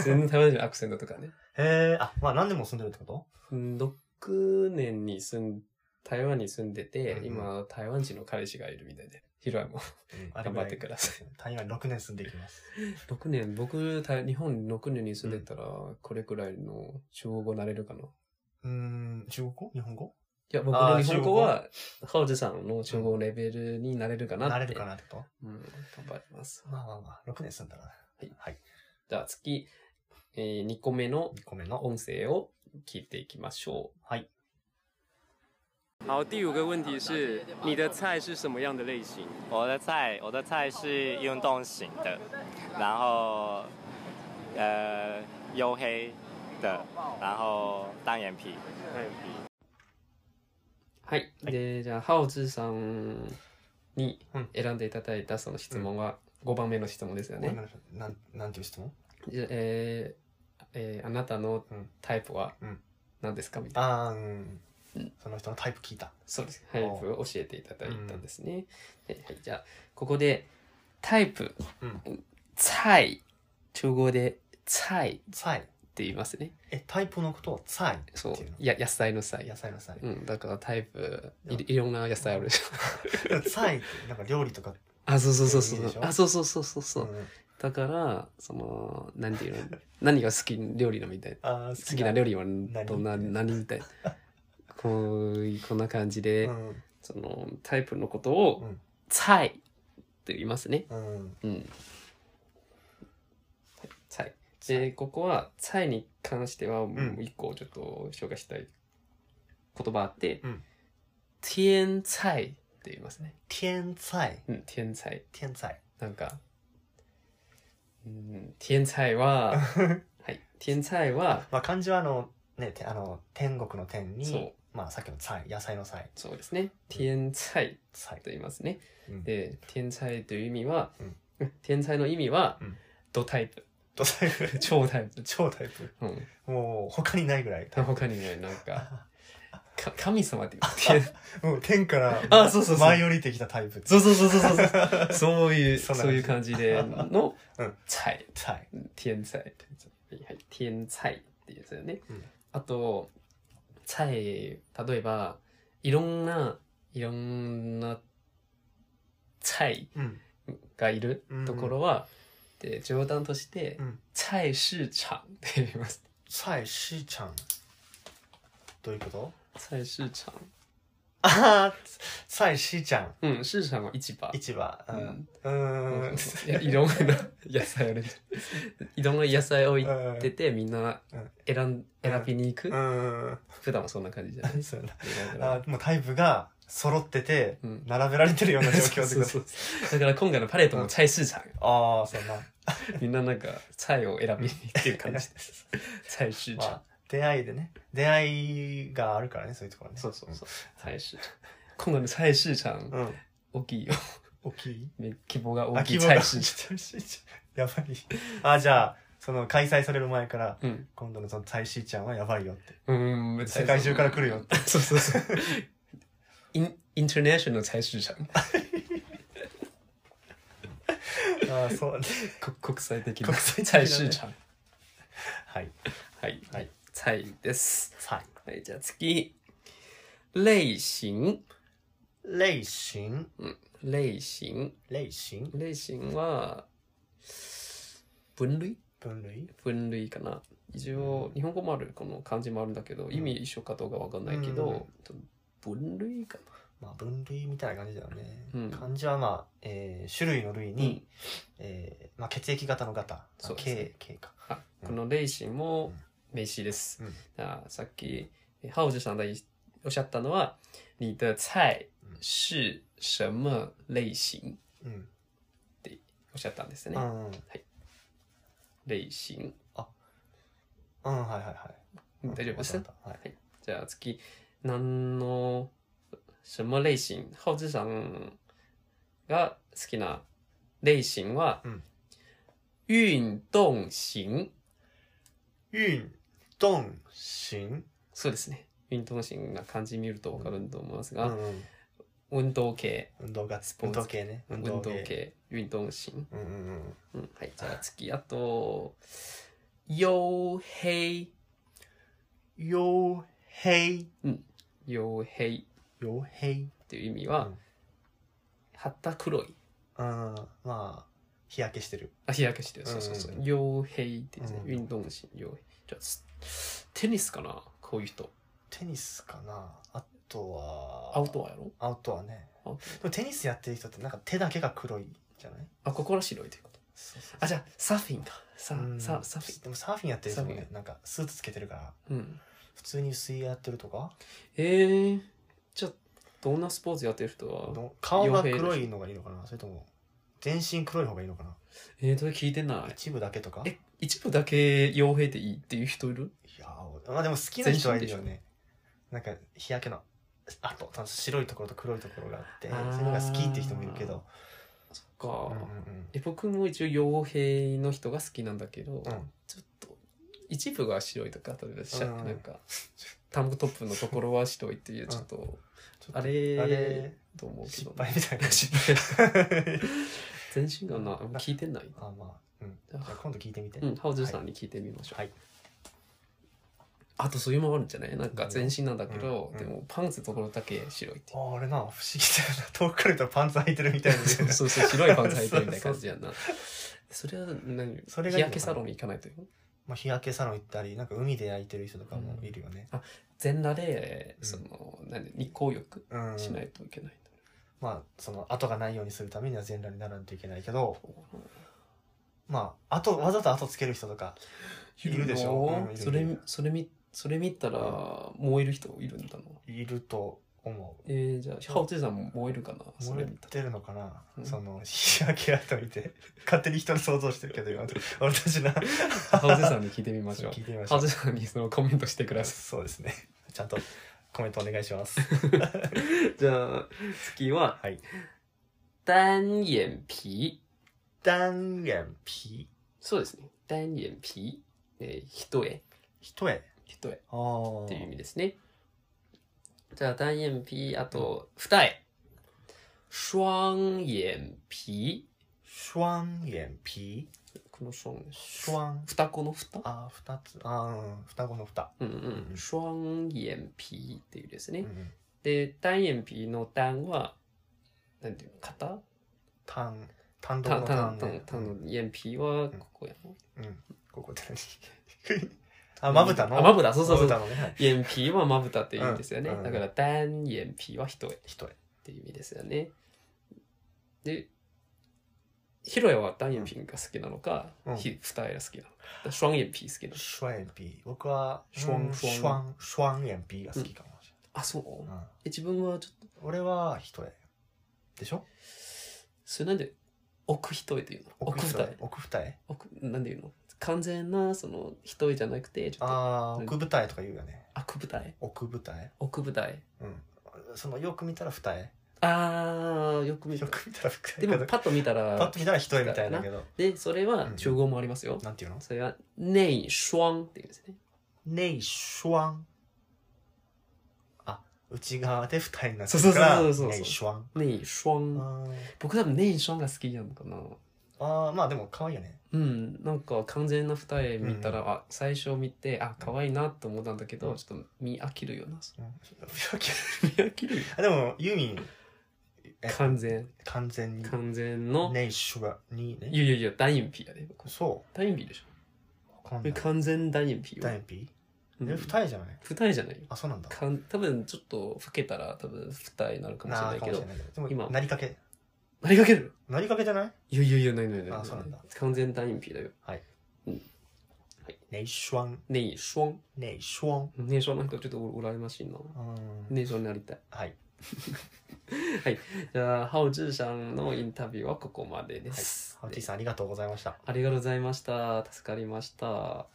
B: 全然台湾人のアクセントとかね。
A: ええー、あ、まあ何年も住んでるってこと
B: うん6年に住ん、台湾に住んでて
A: う、ん
B: 今、台湾人の彼氏がいるみたいで。ヒロアも
A: うん
B: 頑張ってくださ
A: い。台湾6年住んでいきます。
B: 6年、僕、台日本6年に住んでたら、これくらいの中国語なれるかな。いう
A: ーん、中国語日本語
B: や、僕
A: あ
B: の
A: ー
B: 日本語は、ハオジさんの中国語レベルになれるかなって。
A: 慣れるかなってこ
B: うん、頑張ります
A: と。まあまあまあ、6年住んだから。はい。
B: じゃあ次、え2個目の
A: 2個目の。
B: 音声を聞いていきましょ
A: はい。
C: 好，第五个问题是你的菜是什么样的类型？
D: 我的菜，我的菜是运动型的，然后呃黝黑的，然后单眼皮。
C: 太皮。
B: はい。で、じゃあ、ハオズさんに選んでいただいたその質問は、5番目の質問ですよ
A: ごめん
B: ね。
A: なさいなん、なんていう質問
B: じゃあえーえーあなたのタイプは
A: うん
B: 何ですかみたいな。
A: あー、うん
B: うん、
A: その人のタイプ聞いた。
B: そうです。タイ
A: お
B: プを教えていただいたんですね。ではい、じゃあ、ここで、タイプ
A: うん、
B: 菜、中国語で菜っ
A: 菜。
B: て言いますね。
A: え、タイプのことを菜って
B: そう
A: いうの、
B: や野菜の菜。
A: 野菜の菜。
B: うん、だからタイプ、
A: うん
B: いいろんな野菜あるでしょ。
A: でも
B: (laughs)
A: 菜ってなんか料理とか。
B: あ、そうそうそうそ
A: いいで
B: う
A: し。ょ
B: あ、そうそうそうそうそう。
A: ん
B: だから、その、何て言うの、何が好き料理のみたいな。
A: あー
B: 好きな料理はどんな、
A: 何
B: 何みたいな。こういう、こんな感じで、
A: うん
B: その、タイプのことを
A: うん、
B: 菜って言いますね。
A: うん
B: うん。菜。で、ここは、菜に関しては、もう一個ちょっと紹介したい言葉あって
A: うん、
B: 天菜って言いますね。
A: 天才
B: うん、天才。
A: 天才
B: なんか、うん、天
A: (laughs)
B: 才は、はい、天才は、
A: まあ漢字はあのねてあの天国の天
B: そう
A: にまあさっきの菜野菜の菜
B: そうですね、天才
A: 菜 (laughs)
B: と言いますね。
A: うん
B: で、天才という意味は
A: う、
B: 天才の意味は
A: うん、
B: ドタイプ、
A: ドタイプ
B: 超タイプ。
A: 超タイプ
B: うん、
A: もう他にないぐらい
B: 他にね、なんか、か神様って言って、
A: もう天から
B: あそうそうそう
A: 舞い降りてきたタイプ
B: そうそうそうそうそうそう、そういう、
A: そうなんです
B: そういう感じでの
A: うん、
B: 才。
A: 菜
B: 天才はい天才っていうんですよね。
A: うん
B: あと、菜、例えば、いろんな、いろんな菜
A: うん
B: がいるところは、で冗談として、
A: うん
B: 菜市場って言います。
A: 菜しーちゃんどういうこと
B: 菜市場。
A: ああ菜しーちゃん
B: うん、市場は市場。
A: 市場うんう
B: うん
A: ーん
B: いやいろんな野菜ある。いろんな野菜を
A: う
B: 置い
A: ん
B: てて、みんな選ん選びに行く。
A: うん
B: 普段はそんな感じじゃない
A: そうだ
B: だから
A: あーもうタイプが揃ってて
B: うん
A: 並べられてるような状況ってこと
B: そうそうそうだから今回のパレードも菜市場
A: ああ、そんな。
B: みんななんか菜を選びにっていう感じです菜市
A: ま
B: 場
A: あ、出会いでね。出会いがあるからね、そういうところね。
B: そうそうそう菜市場今回の菜市場
A: う。うん。
B: 大きいよ
A: 大きい
B: ね希望が大
A: あ、
B: き
A: 希望
B: い
A: が
B: 菜市場
A: (laughs) やばい。あ、じゃあ、その開催される前から、
B: うん
A: 今度のその大使ちゃんはやばいよって。
B: うん別に
A: 世界中から来るよ
B: (laughs)
A: って。
B: そうそうそうインインターナショナル菜市場
A: (laughs) あーそう。
B: 国国際的な
A: 国際的な
B: 菜
A: ね
B: 市場
A: はい。
B: はい、
A: はい、
B: 菜です
A: 菜。
B: はいじゃあ次類型
A: 類型。
B: うん類型
A: 類型。
B: 類型は分類
A: 分類
B: 分類かな一応日本語もあるこの漢字もあるんだけど意味一緒かどうかわかんないけ
A: うん
B: ど、ちょっと分類か
A: まあ、分類みたいな感じだよね。
B: うん
A: 漢字はまあ、えー種類の類
B: な、
A: に、えーまあ、血液型の型。
B: そうですね
A: 形、形か。
B: あこの類型も名詞です、
A: うん
B: あさっきハオジさんがいおっしゃったのは「你的菜是什么类型?」っ
A: うん。
B: ておっしゃったんです
A: う
B: ね
A: ん。うん、
B: 類型
A: はいはいはい。
B: うん大丈夫です
A: わかったはい
B: じゃあ次、何の、什么类型浩志さんが好きな類型は、
A: うん
B: 運動型。
A: 運動型
B: そうですね。運動型な漢字見るとわかると思います
A: う
B: が、
A: ん、
B: 運動系、
A: 運動が
B: スポー
A: 運
B: ツ
A: 動系ね
B: 運動系、運動型。
A: うんうんうん
B: うん、はい。じゃあ次、あと、黝黑、
A: 傭兵
B: 黝黑っ
A: 傭兵
B: ていう意味は、
A: うん
B: 旗黒い。
A: うんまあ日焼けしてる
B: あ、日焼けしてる。そうそうそう。傭兵ってですね。
A: うん
B: 運動神、傭兵。じゃあす、テニスかなこういう人。
A: テニスかなあとは
B: アウトはやろ
A: アウトはね
B: アウト
A: でもテニスやってる人ってなんか手だけが黒いじゃない
B: あ、ここは白いということ。
A: そうそう
B: あ、じゃあ、サーフィンか。サ
A: うん
B: ササーフィ
A: でもサーフィンやってる人も
B: サー
A: ね
B: フ
A: なんかスーツつけてるから
B: ン。うん。
A: 普通に水泳やってるとか
B: えー、じゃあ、どんなスポーツやってる人は
A: ど顔が
B: 傭兵でしょ
A: 黒いのがいいのかなそれとも全身黒い方がいいのかな
B: えー、それ聞いてない。
A: 一部だけとかい
B: え、一部だけ傭兵でいいっていう人いる
A: やーまあでも好きな人はいるよねなんか日焼けのあと白いところと黒いところがあって
B: あー
A: そういうのが好きって人もいるけど
B: そっ
A: うん
B: か
A: うん。うん
B: え、僕も一応傭兵の人が好きなんだけど、
A: うん
B: ちょっと、一部が白いとか、例えばシャ、
A: うん
B: なんか、タンクトップのところは白いっていう、ちょっと、
A: ちょっと
B: あれ
A: あれ
B: と思うけ
A: 失
B: ど。
A: 敗みたいな
B: 全身がな、聞いてない。
A: (laughs) あまあうん
B: じゃ
A: じゃあ
B: あ
A: 今度聞いてみて
B: うん、ハウズさんに聞いてみましょう。
A: はい
B: あと、そういうのもあるんじゃないなんか全身なんだけど、
A: うん
B: でもパンツのところだけ白いっていう。
A: ああれな不思議だよな遠くから見たらパンツ履いてるみたいな
B: (laughs) そうそうそう、白いパンツ履いてるみたいな感じやんな。それは何
A: それがいいのかな
B: 日焼けサロンに行かないとよ。
A: まあ、日焼けサロン行ったりなんか海で焼いてる人とかもいるよね、
B: 全裸で、
A: うん
B: その、何日光浴
A: うん
B: しないといけない。
A: まあその跡がないようにするためには全裸にならないといけないけど
B: そう
A: まあ後わざと後つける人とかいるでしょ
B: いる
A: う
B: の
A: んいる
B: そ
A: い
B: れ
A: る、
B: それ見、それ見たら、燃える人いるんだな。
A: いると思う
B: えー、じゃあ、ハオチェさんも燃えるかなそ
A: 燃
B: れ
A: え
B: 見たら。
A: てるのかな、
B: うん
A: その日焼け跡見て (laughs) 勝手に人の想像してるけど今 (laughs) 俺たちな
B: ハオチェさんに聞いてみましょう。
A: 聞いてみまし
B: ハ
A: ょ
B: オ
A: う
B: チェさんにそのコメントしてくださ
A: そうですねちゃんとコメントお願いします (laughs)
B: い。 (laughs) じゃあ、次は、
A: はい
B: 单眼皮。
A: 单眼皮
B: そうですね。单眼皮。えー、一重。
A: 一重
B: 一重。
A: あ
B: っ
A: ー
B: ていう意味ですね。じゃあ、单眼皮、あと、二重。双眼皮。
A: 双眼皮
B: この双眼
A: 双
B: 双子の双
A: あー二つあーうん双子の双
B: うんうん。双眼皮っていうですね。
A: うん
B: で、単眼皮の単は、なんていうの、型
A: 単単独の
B: 単、単、
A: 単
B: 単、
A: ね
B: 単の眼皮は、ここやな。
A: うんここで何あまぶたの
B: あ、まぶた、そうそうそう。
A: まぶたのねはい
B: 眼皮はまぶたっていうんですよね。
A: うんうん
B: だから、単眼皮は一重っ
A: 一重
B: ていう意味ですよね。で、ヒロヤは単眼皮が好きなのか、
A: うん
B: ひ二重が好きなのか、双眼皮好きなのか。
A: 双眼皮僕は
B: 双
A: うん
B: 双
A: 双双眼皮が好きかもし
B: あ、そ
A: れ
B: う
A: ない、
B: え自分はちょっと、
A: うん俺は一重でしょ
B: それなんで、奥一重っていうの奥
A: 一
B: 二重
A: 重。奥二重
B: 奥なんていうの完全なその一重じゃなくてちょっと
A: あ
B: う
A: ー
B: ん
A: 奥二重とか言うよね
B: 悪舞台
A: 奥二重
B: 奥舞台
A: うんそのよく見たら二重
B: あーよく見
A: よ
B: た
A: く見たら二
B: で
A: 重
B: も
A: パ
B: パッと見たら
A: ッと見たら一重みたいだけど
B: でそれは中国語もありますよ、
A: なんていうの
B: それは内双っていうんですね
A: 内双あ内側で二重になって
B: そうそう
A: るから
B: そうそうそう
A: 内双あ
B: 内双
A: ー
B: 僕多分内双が好きなのかな
A: あーまあでも可愛いよね
B: うんなんか完全な二重見たら、
A: う
B: あ最初見てあ可愛いなと思ったんだけど、ちょっと見飽きるよな見飽きるよ
A: あでもユーミンえ
B: 完全
A: 完全に
B: 完全の、
A: ネイシュはに
B: い
A: ね
B: やいやいや大眼皮やで僕
A: そ
B: 大眼皮でしょ
A: うわかんな
B: これ
A: い
B: 完全大眼皮よ
A: ダイピ
B: う
A: ー
B: ん
A: え二重じゃない
B: 二重じゃないよ
A: あそうなんだ
B: かん多分ちょっと老けたら多分二重になるかもしれ
A: な
B: な
A: あ
B: い
A: か
B: け
A: もし
B: ど
A: れないけどでも
B: 今
A: 今なりかけ
B: なりかける
A: なりかけじゃない
B: いやいやいやないないないない
A: あそうなんだ
B: 完全単眼皮だよ
A: 内双
B: 内双
A: 内双
B: 内双なんかちょっとう羨ましいな
A: うん
B: 内双になりたい
A: はい
B: じゃあハオジーさんのインタビューはここまでで
A: はい
B: す、
A: ハウティさんありがとうございました
B: ありがとうございました助かりました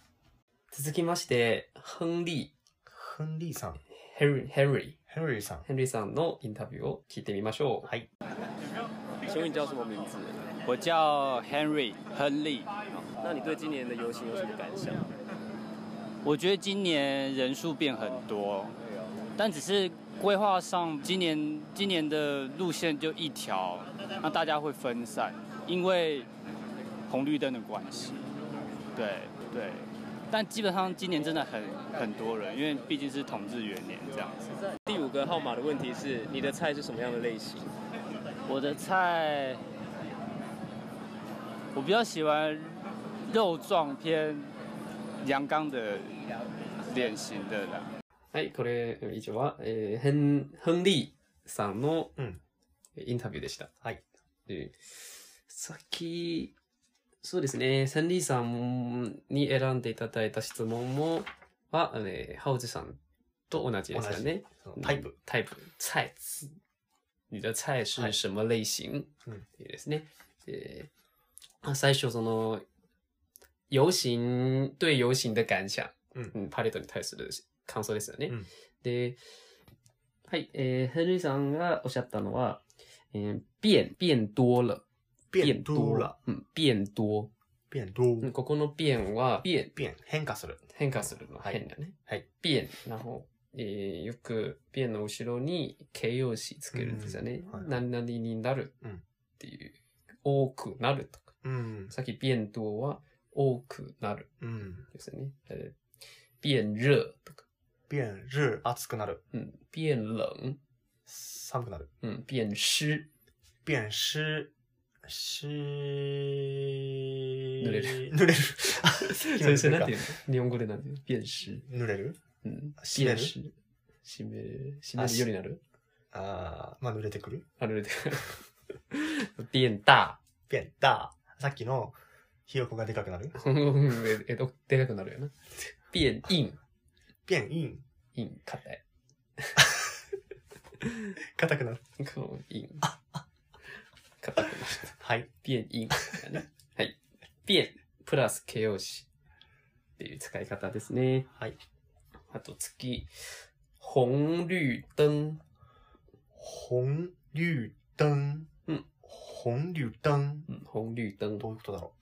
B: 続きましてヘンリ
A: フンリーさん
B: ーヘンリーヘンリー
A: ヘンリーさん
B: ヘンリーさんのインタビューを聞いてみましょう
A: はい
C: 请问你叫什么名字？
E: 我叫 Henry 亨利，
C: 那你对今年的游行有什么感想？
E: 我觉得今年人数变很多，但只是规划上，今年今年的路线就一条，那大家会分散，因为红绿灯的关系。对对，但基本上今年真的很很多人，因为毕竟是统治元年这样子。
C: 第五个号码的问题是，你的菜是什么样的类型？
E: 我的菜，我比较喜欢肉状偏阳刚的脸型的啦。
B: はいこれ以上は、えーヘンヘンリーさんの
A: うん
B: インタビューでした
A: はい
B: で、さっき、そうですね、サンリーさんに選んでいただいた質問も、は、あのね、ハウジさんと同じですよね。
A: そのタイプ
B: タイプ。菜。你的菜是什么类型、
A: はいうん
B: いいですね。で、あ最初その、游行对游行的感想、
A: うん
B: パレードに対する感想ですよね。
A: うん
B: で、はい、えーヘンリーさんがおっしゃったのは、えー变、变多了。
A: 变多了。
B: うん、变多。
A: 变多
B: うんここの变は、变、
A: 变変化する
B: 変化するの
A: はい
B: 変だね。
A: はい。
B: 变、然后、えーよく、变の後ろに形容詞つけるんですよね。
A: うんはい
B: 何々になる
A: うん
B: っていう、多くなるとか。
A: うん
B: さっき变多は、多くなる
A: うん
B: ですよね。えー变热とか、
A: 变热暑くなる
B: うん、变冷、
A: 寒くなる
B: うん、变湿、
A: 变湿湿濡
B: れ
A: る
B: (laughs)
A: 濡れる
B: それそれなんて
A: い
B: いうの日本語でなんていうの变湿。
A: (laughs) う濡れる
B: うん、
A: 湿れる
B: 变湿。湿める、湿めるようになる
A: あーまあ濡れてくる
B: あれで。 (laughs) 变大。
A: 变大さっきのひよこがでかくなる
B: うんえ、えどでかくなるよな。变硬、
A: 变硬
B: 硬、硬い。
A: 硬くなる
B: こう硬。硬くなる。
A: はい
B: 变硬だね。はい。变、プラス形容詞っていう使い方ですね。
A: はい
B: あと次、紅绿灯。
A: 紅绿灯
B: うん
A: 紅绿灯
B: うん、紅绿灯。
A: どういうことだろ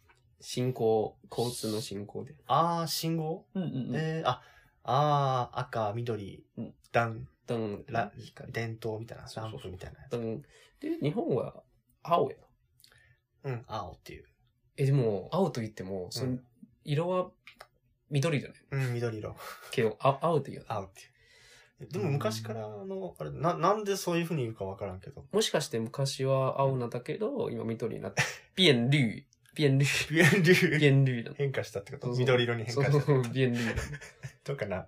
B: 信号、交通の信号で。
A: うあー信号
B: うんうん
A: えー、あ、あー、赤、緑
B: うん、
A: 暖、
B: 灯、
A: ラ
B: 光。
A: 伝統みたいな、
B: そう
A: ラ
B: そう
A: ン
B: そ
A: プ
B: う
A: みたいなやつ。
B: 灯。で、日本は青やな。
A: うん、青っていう。
B: え、でも、青と言っても、そうの
A: ん、
B: 色は緑じゃない
A: うん、緑色、
B: けど、あ青という
A: 青っていう。でも昔からの、あれ、な、なんでそういう風に言うかわからんけど。
B: もしかして昔は青なんだけど、今緑になって、变绿、变绿、
A: 変流
B: 变绿だ。
A: 変化したってこと
B: そうそう
A: 緑色に変化し
B: そう、 (laughs)
A: た。
B: 变绿だ。
A: どうかな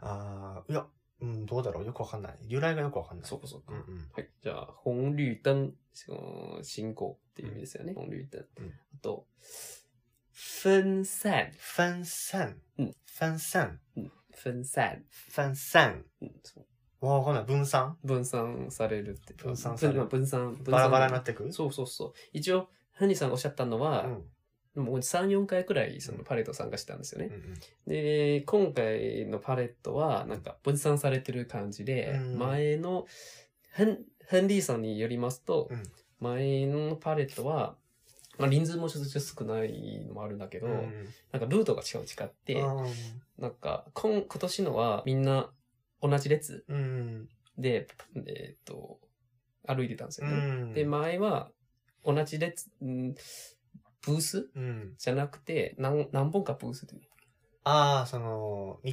A: あー、いや、うん、どうだろうよくわかんない。由来がよくわかんない。
B: そうかそうか。
A: うんうん。
B: はい。じゃあ、紅绿灯、その、信号っていう意味ですよね。紅绿灯。
A: うん
B: あと、分散、
A: 分散。
B: うん
A: 分散。
B: うん、分散、
A: 分散。
B: うん、そう
A: わわかんない。分散
B: 分散されるって。
A: 分散される
B: 分散、分散
A: バラバラになってく
B: そうそうそう。一応、ハニーさんがおっしゃったのは、
A: うん。
B: もう3、4回くらいそのパレード参加したんですよね
A: う。ん
B: で、今回のパレットは、なんか分散されてる感じで、
A: うん
B: 前の、ヘン、ヘンリーさんによりますと、
A: うん
B: 前のパレットは、まあ、人数もちょっと少ないのもあるんだけど、
A: うん。
B: なんかルートが違う違って、
A: うん
B: なんか今、今年のはみんな同じ列
A: うん。
B: で、えーっと、歩いてたんで
A: う
B: すよね。
A: ん。
B: で、前は同じ列、んブース
A: うん。
B: じゃなくて、何、何本かブースで、
A: ああ、その、道、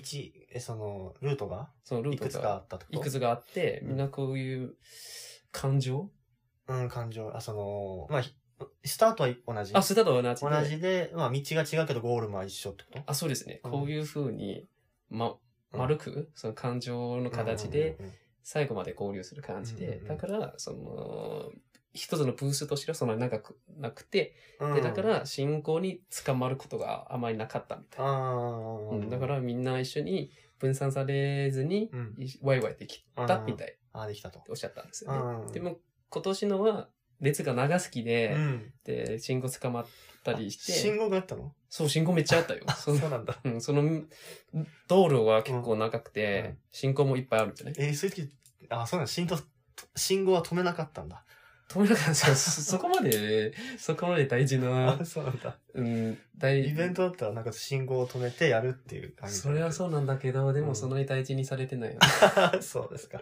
A: え、その、ルートが
B: そのルー
A: い
B: ト
A: くつかあったってこと
B: いくつがあって、
A: うん
B: みんなこういう感情
A: うん、感情。あ、その、まあ、ひスタートは同じ。
B: あ、それだと同じで。
A: 同じで、まあ、道が違うけどゴールも一緒ってこと
B: あ、そうですね。
A: うん
B: こういう風に、ま、
A: うん
B: 丸く、その感情の形で、
A: うんうんうん
B: 最後まで合流する感じで
A: う、んうんう
B: だ
A: ん
B: から、その、一つのブースとしてはそんなに長くなくて、
A: うん
B: で、だか、ら、進行に捕まることがあまりなかったみたいな。
A: ああ、
B: うんだか、ら、みんな一緒に分散されずに
A: う、ん、
B: いワイワイできたみたいって
A: ああ、できたと。
B: おっしゃったんですよね。
A: うん
B: で、も、今年のは、列が長すぎで、
A: うん。
B: で、信号捕まったりして、
A: 信号があったの
B: そう、信号めっちゃあったよ。
A: そ
B: そ
A: う
B: の、
A: なんだ。
B: うん、その、道路は結構長くて、
A: うん
B: 信号もいっぱいあるんじゃない
A: えー、そういう時、あ、そうなんだ。信号、信号は止めなかったんだ。
B: 止めなかった
A: (laughs)
B: んですよ。そそこまで、そこまで大事な
A: あ、、そうなんだ。
B: うん、大
A: イベントだったら、なんか信号を止めてやるっていう感じ。。
B: それはそううなんだけど、で
A: う
B: も
A: ん
B: そんなに大事にされてないよね。
A: (laughs) そうですか。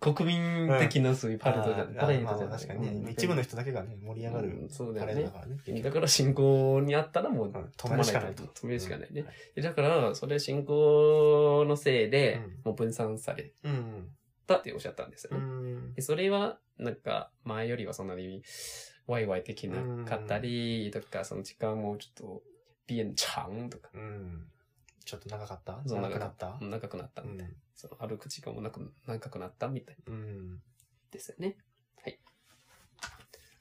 B: 国民的なそういうパレードじゃ
A: あ
B: ん。
A: ー
B: パレード
A: あ
B: じ
A: ー
B: ゃ
A: ま
B: な
A: あ
B: い。
A: 確かにね、
B: うん
A: 一部の人だけがね、盛り上がる
B: うんそうだ
A: パ
B: よ
A: レー
B: ね
A: ドだからね。
B: だから信号にあったらもう
A: うん止めるしかないと。
B: 止めるしかない
A: う
B: ね
A: ん。
B: でだから、それ信号のせいで、もう分散され
A: うん。
B: たっておっしゃったんですよ
A: う
B: ね。
A: ん。
B: でそれは、なんか、前よりはそんなにワイワイできなかったりとか、その時間もちょっと、变長とか、
A: うん。ちょっと長かった
B: そう
A: 長くなった
B: 長くなった
A: う
B: みたいな。
A: ん。
B: その歩く時間もなく長くなったみたい
A: うん。
B: ですよね。はい。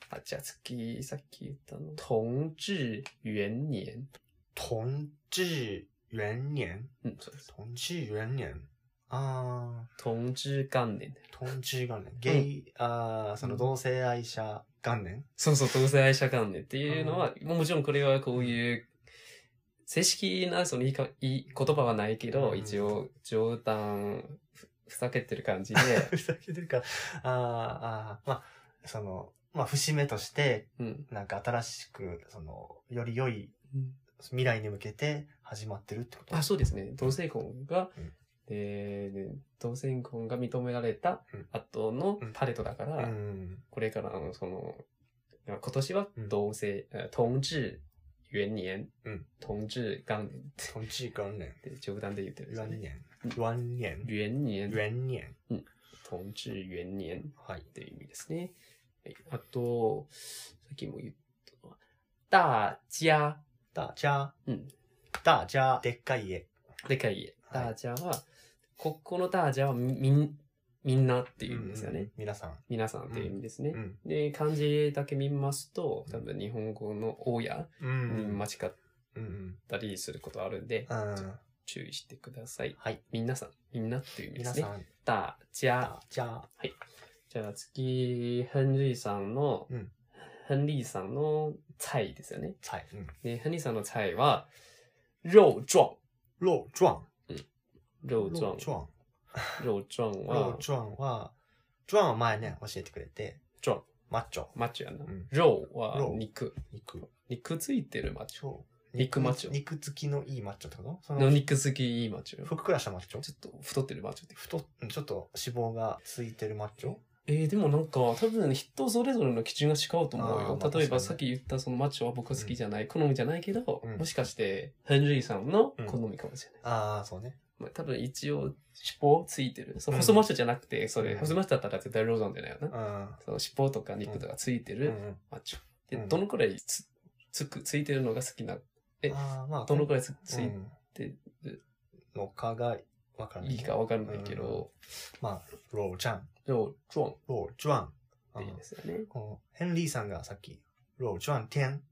B: あ、じゃあ次、さっき言ったの。同治元年。
A: 同治元年
B: うん、そうです。
A: 同治元年あー、
B: 同治元年。
A: 同治元年。ゲイ、あー、その同性愛者元年
B: そうそう、同性愛者観念っていうのは、もちろんこれはこういう、正式なその言いか言い言葉はないけど、
A: うん
B: 一応、冗談、ふふざけてる感
A: (laughs)
B: じで、
A: ふざけてるか、あーあー、まあ、その、まあ、節目として、
B: うん。
A: なんか新しく、その、より良い未来に向けて始まってるってこと
B: あ、そうですね。同性婚が
A: うん、
B: えー同性婚が認められた
A: うん
B: 後の
A: うん
B: パレードだから、
A: うん。
B: これからのその、今年は
A: うん
B: 同性、呃同志元年、
A: うん
B: 同志元年っ
A: 統治元年。
B: て冗談で言ってるんですよ
A: 元
B: ね。
A: 年。元年。
B: 元
A: 元
B: 年、
A: 年。
B: 同志元年っ
A: はい。
B: ていう意味ですね。はいあと、さっきも言った、大家、
A: 大家。
B: うん。
A: 大家。でっかい家。
B: でかい家、
A: はい
B: 大家は、ここの大家はみん、みんなっていう意味ですよね。
A: うんうん。皆さん。
B: 皆さんっていう意味ですね。
A: うん。
B: で、漢字だけ見ますと、多分日本語の親
A: う
B: に
A: ん。
B: 間違っ
A: うんうん。
B: たりすることあるんで、
A: うん。
B: 注意してください。
A: はい。
B: 皆さん、みんなっていう意味で
A: 皆
B: すね
A: さ。ん。
B: 大家。
A: 大家。
B: じゃあ次、ヘンリーさんの、
A: うん
B: ヘンリーさんの菜ですよね。
A: 菜。うん。
B: で、ヘンリーさんの菜は、肉状。
A: 肉状。
B: 肉状
A: 肉。状。
B: 肉状は
A: 肉、状は、状は前ね、教えてくれて、
B: 状。
A: マッチョ。
B: マッチョやな
A: うん。
B: 肉は
A: 肉
B: 肉。
A: 肉。
B: 肉ついてるマッチョ。
A: 超。
B: 肉マッチョ
A: 肉付きのいいマッチョってことそ
B: の
A: の、
B: 肉好きいいマッチョ。
A: ふっくらしたマッチョ
B: ちょっと太ってるマッチョって。
A: 太っ、うんちょっと脂肪がついてるマッチョ
B: えー、でもなんか多分人それぞれの基準が違うと思う
A: あ
B: よ
A: ーま。あ
B: 例え
A: 確
B: ば
A: か
B: さっ
A: に
B: き言ったそのマッチョは僕は好きじゃない、好みじゃないけど、
A: うん
B: もしかしてヘンリーさんの好みかもしれない。
A: ああ、そうね。
B: まあ、多分一応尻尾ついてる。そう
A: うん
B: 細マッチョじゃなくて、それ、
A: うん
B: 細マッチョだったら絶対ロードンじゃないよな。
A: うん。
B: その尻尾とか肉とかついて
A: う
B: る
A: ん
B: マッチョ。で、
A: うん
B: どのくらいつつく、ついてるのが好きな、え
A: あーまあ、
B: どのくらいつ
A: う
B: つい
A: ん
B: て
A: のかがわからない。
B: いいかわかんないけど、
A: まあ、ローちゃん。
B: 肉状
A: ローちゃん。
B: っていいですよね。
A: このヘンリーさんがさっき、ローちゃん天。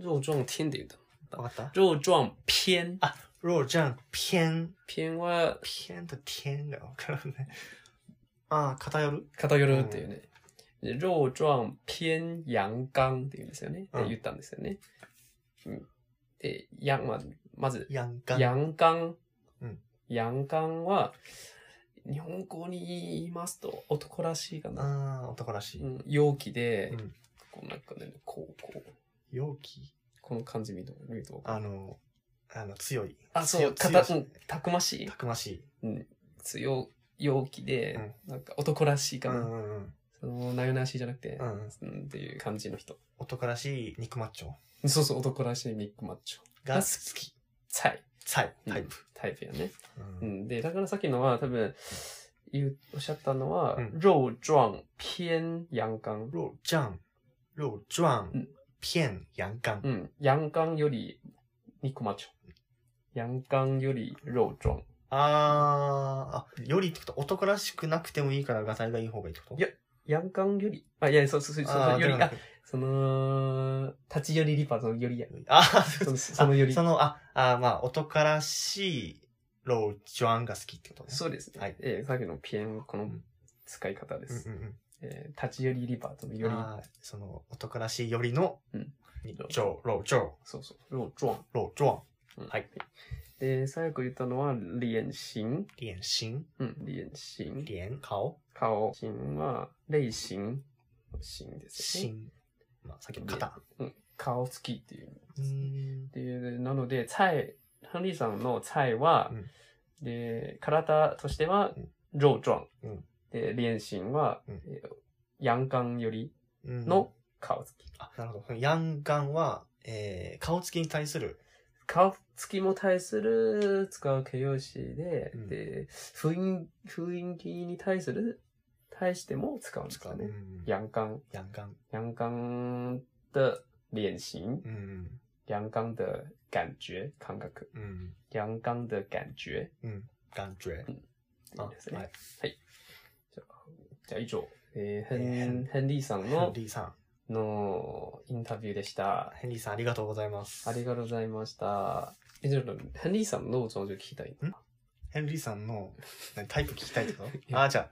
B: 肉状天って言った。
A: わかった
B: 肉状偏。
A: あローちゃん偏。
B: 偏は
A: 偏と天がわからない。ああ、偏る
B: 偏るっていうね。肉状偏阳刚っていうんですよね。
A: うん
B: で言ったんですよね。うん、で、陽ままず、
A: やんかん。
B: 陽刚
A: うん。
B: 陽剛は、日本語に言いますと男らしいかな。
A: ああ、男らしい。
B: うん、陽気で、
A: うん
B: こうなんかね、こう、こう、
A: 陽気。
B: この感じ見ると、見ると。
A: あの、あの、強い。
B: あ、そう、
A: 強強
B: かた、
A: し
B: うん、たくましい
A: た。くましい。
B: 強、陽気で、なんか男らしいうか
A: ん
B: な。
A: うんうん。
B: その、なよなしじゃなくて
A: う、んうん。
B: うん、っていう感じの人。
A: 男らしい肉マッチョ
B: そうそう、男らしいミックマッチョ。
A: が
B: が
A: 好
B: 好
A: き。
B: 菜。
A: 菜、
B: うん
A: タイプ。
B: タイプやね。
A: う
B: うんん。で、だからさっきのは多分、言う、おっしゃったのは、
A: うん
B: 肉状偏阳刚。
A: 肉酱、肉状
B: うん、
A: 片阳刚
B: う。ん。阳刚より肉マッチョ。阳刚より肉状。
A: あーあ、よりってこと、男らしくなくてもいいからがたいがいい方がいいってこと
B: いや陽剛より、あ、いや、そうそうそう、
A: あ
B: そ
A: ー
B: うより、
A: ではな
B: あ
A: く、
B: その、立ち寄りリパのよりや。
A: あー
B: その
A: あ
B: そのより
A: その、あ、あーまあ、男らしい肉状が好きってことね。
B: そうですね。
A: はい
B: えーさっきの偏、この使い方で
A: うん
B: す。
A: うんうん。
B: えー立ち寄りリパートの
A: よ
B: より
A: り、、その、男らしいよりの
B: うん、
A: 肉状、肉状、
B: そうそう、肉状。
A: 肉状、
B: うん
A: はい。
B: で、最後言ったのは、脸型。
A: 脸型、
B: うん、脸型。
A: 脸、顔、
B: 顔型は、类型。型ですよね。
A: 心。まあ、さっきの肩。
B: 顔つきっていう。
A: うーん。
B: で、なので、菜、ハンリーさんの菜は、
A: うん
B: で、体としては
A: うん、
B: 肉状。
A: うん
B: で、脸型は、
A: うん
B: えー阳剛より
A: うん
B: の顔つき。
A: あ、なるほど。ヤンガンは、えー、顔つきに対する、
B: 顔つきも対する使う形容詞で、
A: うん
B: で雰囲、雰囲気に対する、対しても使うんですかね。
A: ヤ
B: 阳刚，
A: ンガン。
B: 阳刚的脸型，
A: うん。
B: 阳刚的感觉，感覚，
A: うん。
B: 阳刚的感觉。
A: うん。感觉。あ、
B: いい
A: は
B: ですね
A: い。
B: じゃあ以上、え
A: え
B: ー
A: ー
B: ヘンヘンリーさん
A: ヘン
B: の
A: リーさん。
B: のインタビューでした。
A: ヘンリーさん、ありがとうございます。
B: ありがとうございました。え、ちょっとヘンリーさんのどうぞ聞きたい。
A: ヘンリーさんの何タイプ聞きたいってことああ、じゃ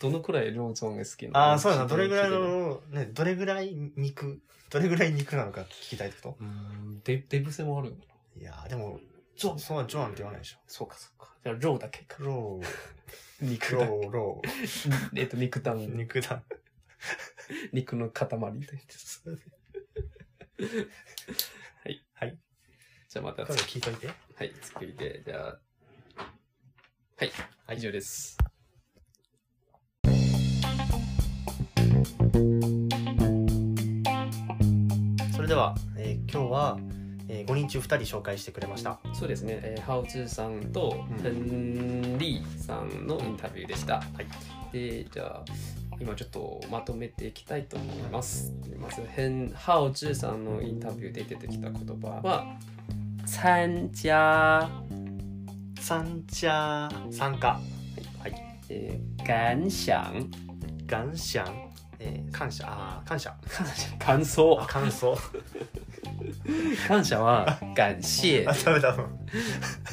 B: どのくらいローゾンが好きなの
A: あ、ああ、そうだな。どれぐらいの、ね、どれぐらい肉、どれぐらい肉なのか聞きたいってこ
B: うんデデブ性もあるのかな
A: といやー、でも、ジョン、そうはジョアンって言わないでしょ。
B: そうかそうか。じゃあローだけか。
A: ロ
B: 肉
A: ー、
B: だ。
A: ロー、ロ
B: (laughs) えっと、肉弾
A: ー、肉だ。
B: 肉の塊みたいな。 (laughs) じゃあまた
A: これ聞いといて。
B: はい、作りで、じゃあ。はい、以上です。
A: それでは、えー今日は、え5人中2人紹介してくれました。
B: そうですね、えー、ハウツーさんと
A: うん
B: ヘンリーさんのインタビューでした。
A: はい。
B: で、じゃあ、今ちょっとまとめていきたいと思います。まず、ヘンハウツーさんのインタビューで出てきた言葉は、参加、
A: 参加、参加、
B: えー、感想、
A: 感想、えー感謝、あー感謝、
B: 感謝 (laughs) 感想
A: あ、、感
B: (laughs)
A: 想。
B: 感謝 (laughs) は、感謝
A: あ、、食べたの。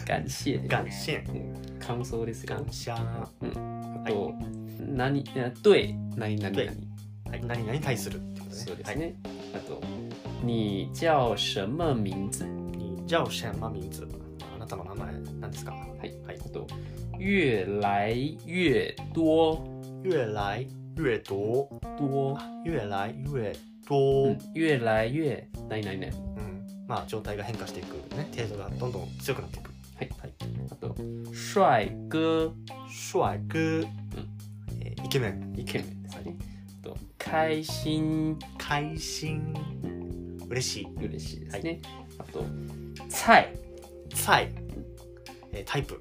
B: 感謝、
A: 感謝、
B: 感想ですよ。
A: 感謝。
B: あと、何、えー对、何々
A: 对
B: 何。
A: はい、何々対するってことね。
B: そうで
A: は
B: す
A: い。
B: ね。あと、哎你叫什么名字？
A: 你叫什么名字？あなたの名前なんですか？
B: はい。
A: はい
B: あ。と、越来越多
A: 越来越多，
B: 多，
A: 越来越多
B: 嗯。越来越何々々。
A: うん。まあ状態が変化していくね。程度がどんどん強くなっていく。
B: あと、帅哥
A: 帅哥
B: うん、
A: えーイケメン、
B: イケメンですね。あと、開心
A: 開心、嬉しい。
B: 嬉しいですね。あと、菜
A: 菜、えータイプ、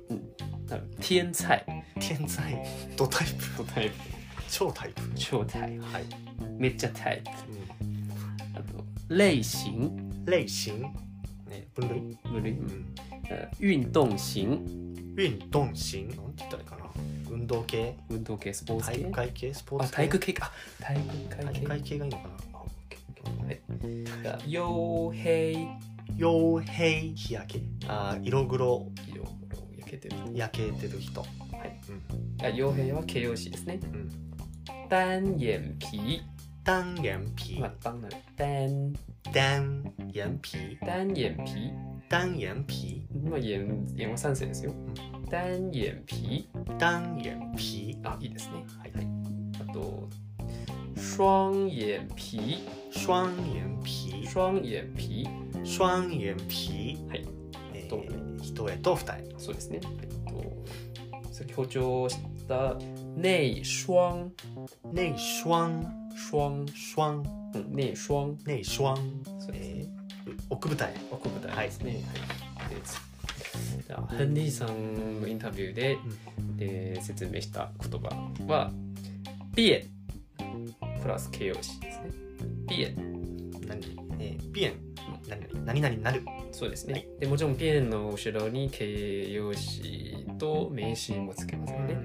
B: あの天才
A: 天才、ドタイプ、
B: とタイプ
A: 超タイプ。
B: 超タイプ
A: はい。
B: めっちゃタイプ。
A: うん
B: あと、类型
A: 类型、ね分類。
B: 無理
A: う。ん。
B: 呃，运动型
A: 運動型、なんて言ったらいいかな。運動系、
B: 運動系スポーツ
A: 体
B: 系
A: 育。会系、スポー
B: あ、
A: ツ系。
B: 体育系か。あ体育
A: 体
B: 会
A: 育
B: 系。
A: 会系がいいのかな。
B: が黝黑
A: 傭兵日焼けあー色黒
B: 色黒焼けてる
A: 焼けてる人
B: あ黝黑は形容詞ですね、
A: ん
B: 单眼皮
A: 单眼皮
B: まあ当然单
A: 单眼皮
B: 单眼皮
A: 单眼皮
B: まあ眼眼は三声ですよ、单眼皮
A: 单眼皮
B: あいいですねはい、はい、あと双眼皮
A: 双眼皮
B: 双眼皮
A: 双眼皮
B: はい
A: え
B: と
A: ー一重と二重
B: そうですねえっと先ほど強調した内双
A: 内双
B: 双
A: 双
B: うん内双
A: 内双
B: そうですね
A: 奥舞台
B: 奥舞台ですね。はい、でじゃあヘンリーさんのインタビューで,、で説明した言葉は「变」プラス形容詞ですね。变
A: 何えーピエン何々なる
B: そうですね。でもちろん「变」の後ろに形容詞と名詞もつけますよね。はい、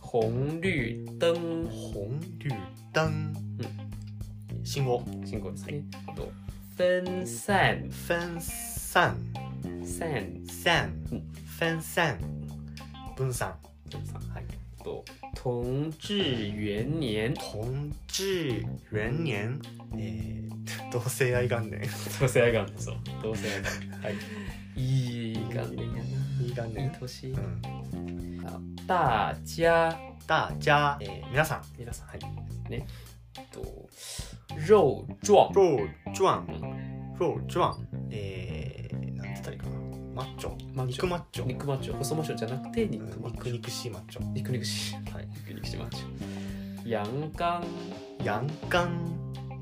B: 紅綠灯
A: 紅绿灯信号
B: 信号ですね。あと分散
A: 分散
B: 散
A: 散
B: うん
A: 分散分散はい
B: と同治元年
A: 同治元年えー、 (laughs) 同性愛元年
B: 同性愛があるんですよ同性愛が
A: はい
B: いい元年や
A: いい元
B: な。いい
A: 年
B: 年
A: う。ん
B: 大家
A: 大家えー、皆さん
B: 皆さんはいね。と肉壮
A: 肉壮肉壮えー、なんて言ったらいいかなマッチョ
B: マッチョ
A: 肉マッチョ
B: 肉マッチョ細マッチョじゃなくて肉
A: うん
B: マッ
A: 肉
B: チョ
A: 肉しいマッチョ
B: 肉肉しはい肉肉しマッチョ。陽剛
A: ヤンカ
B: う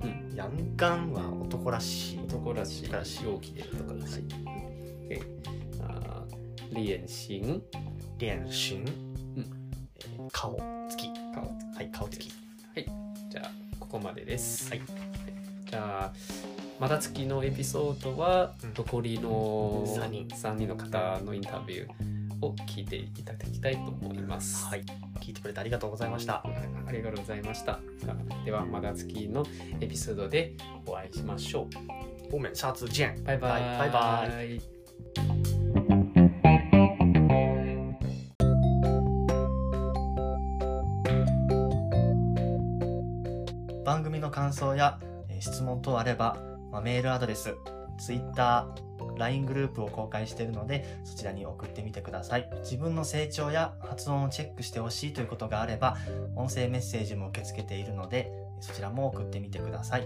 A: ン
B: ん
A: ヤンカンは男らしい
B: 男らしい
A: 男らしい
B: 陽気で男らしい。であー脸型
A: 脸型えー顔つき
B: 顔
A: はい顔つき
B: じゃあここまでです。
A: はい
B: じゃあまた次のエピソードは
A: うん
B: 残りの
A: 三人
B: 三人の方のインタビューを聞いていただきたいと思います。
A: はい聞いてくれてありがとうございました
B: あありがとうございました。さあではまた次のエピソードでお会いしましょう。
A: 我们下次见
B: バイバイ。
A: バイバイ
B: イ
A: の感想や、えー質問等あれば、まあ、メールアドレス、Twitter、LINE グループを公開しているので、そちらに送ってみてください。自分の成長や発音をチェックしてほしいということがあれば、音声メッセージも受け付けているので、そちらも送ってみてください。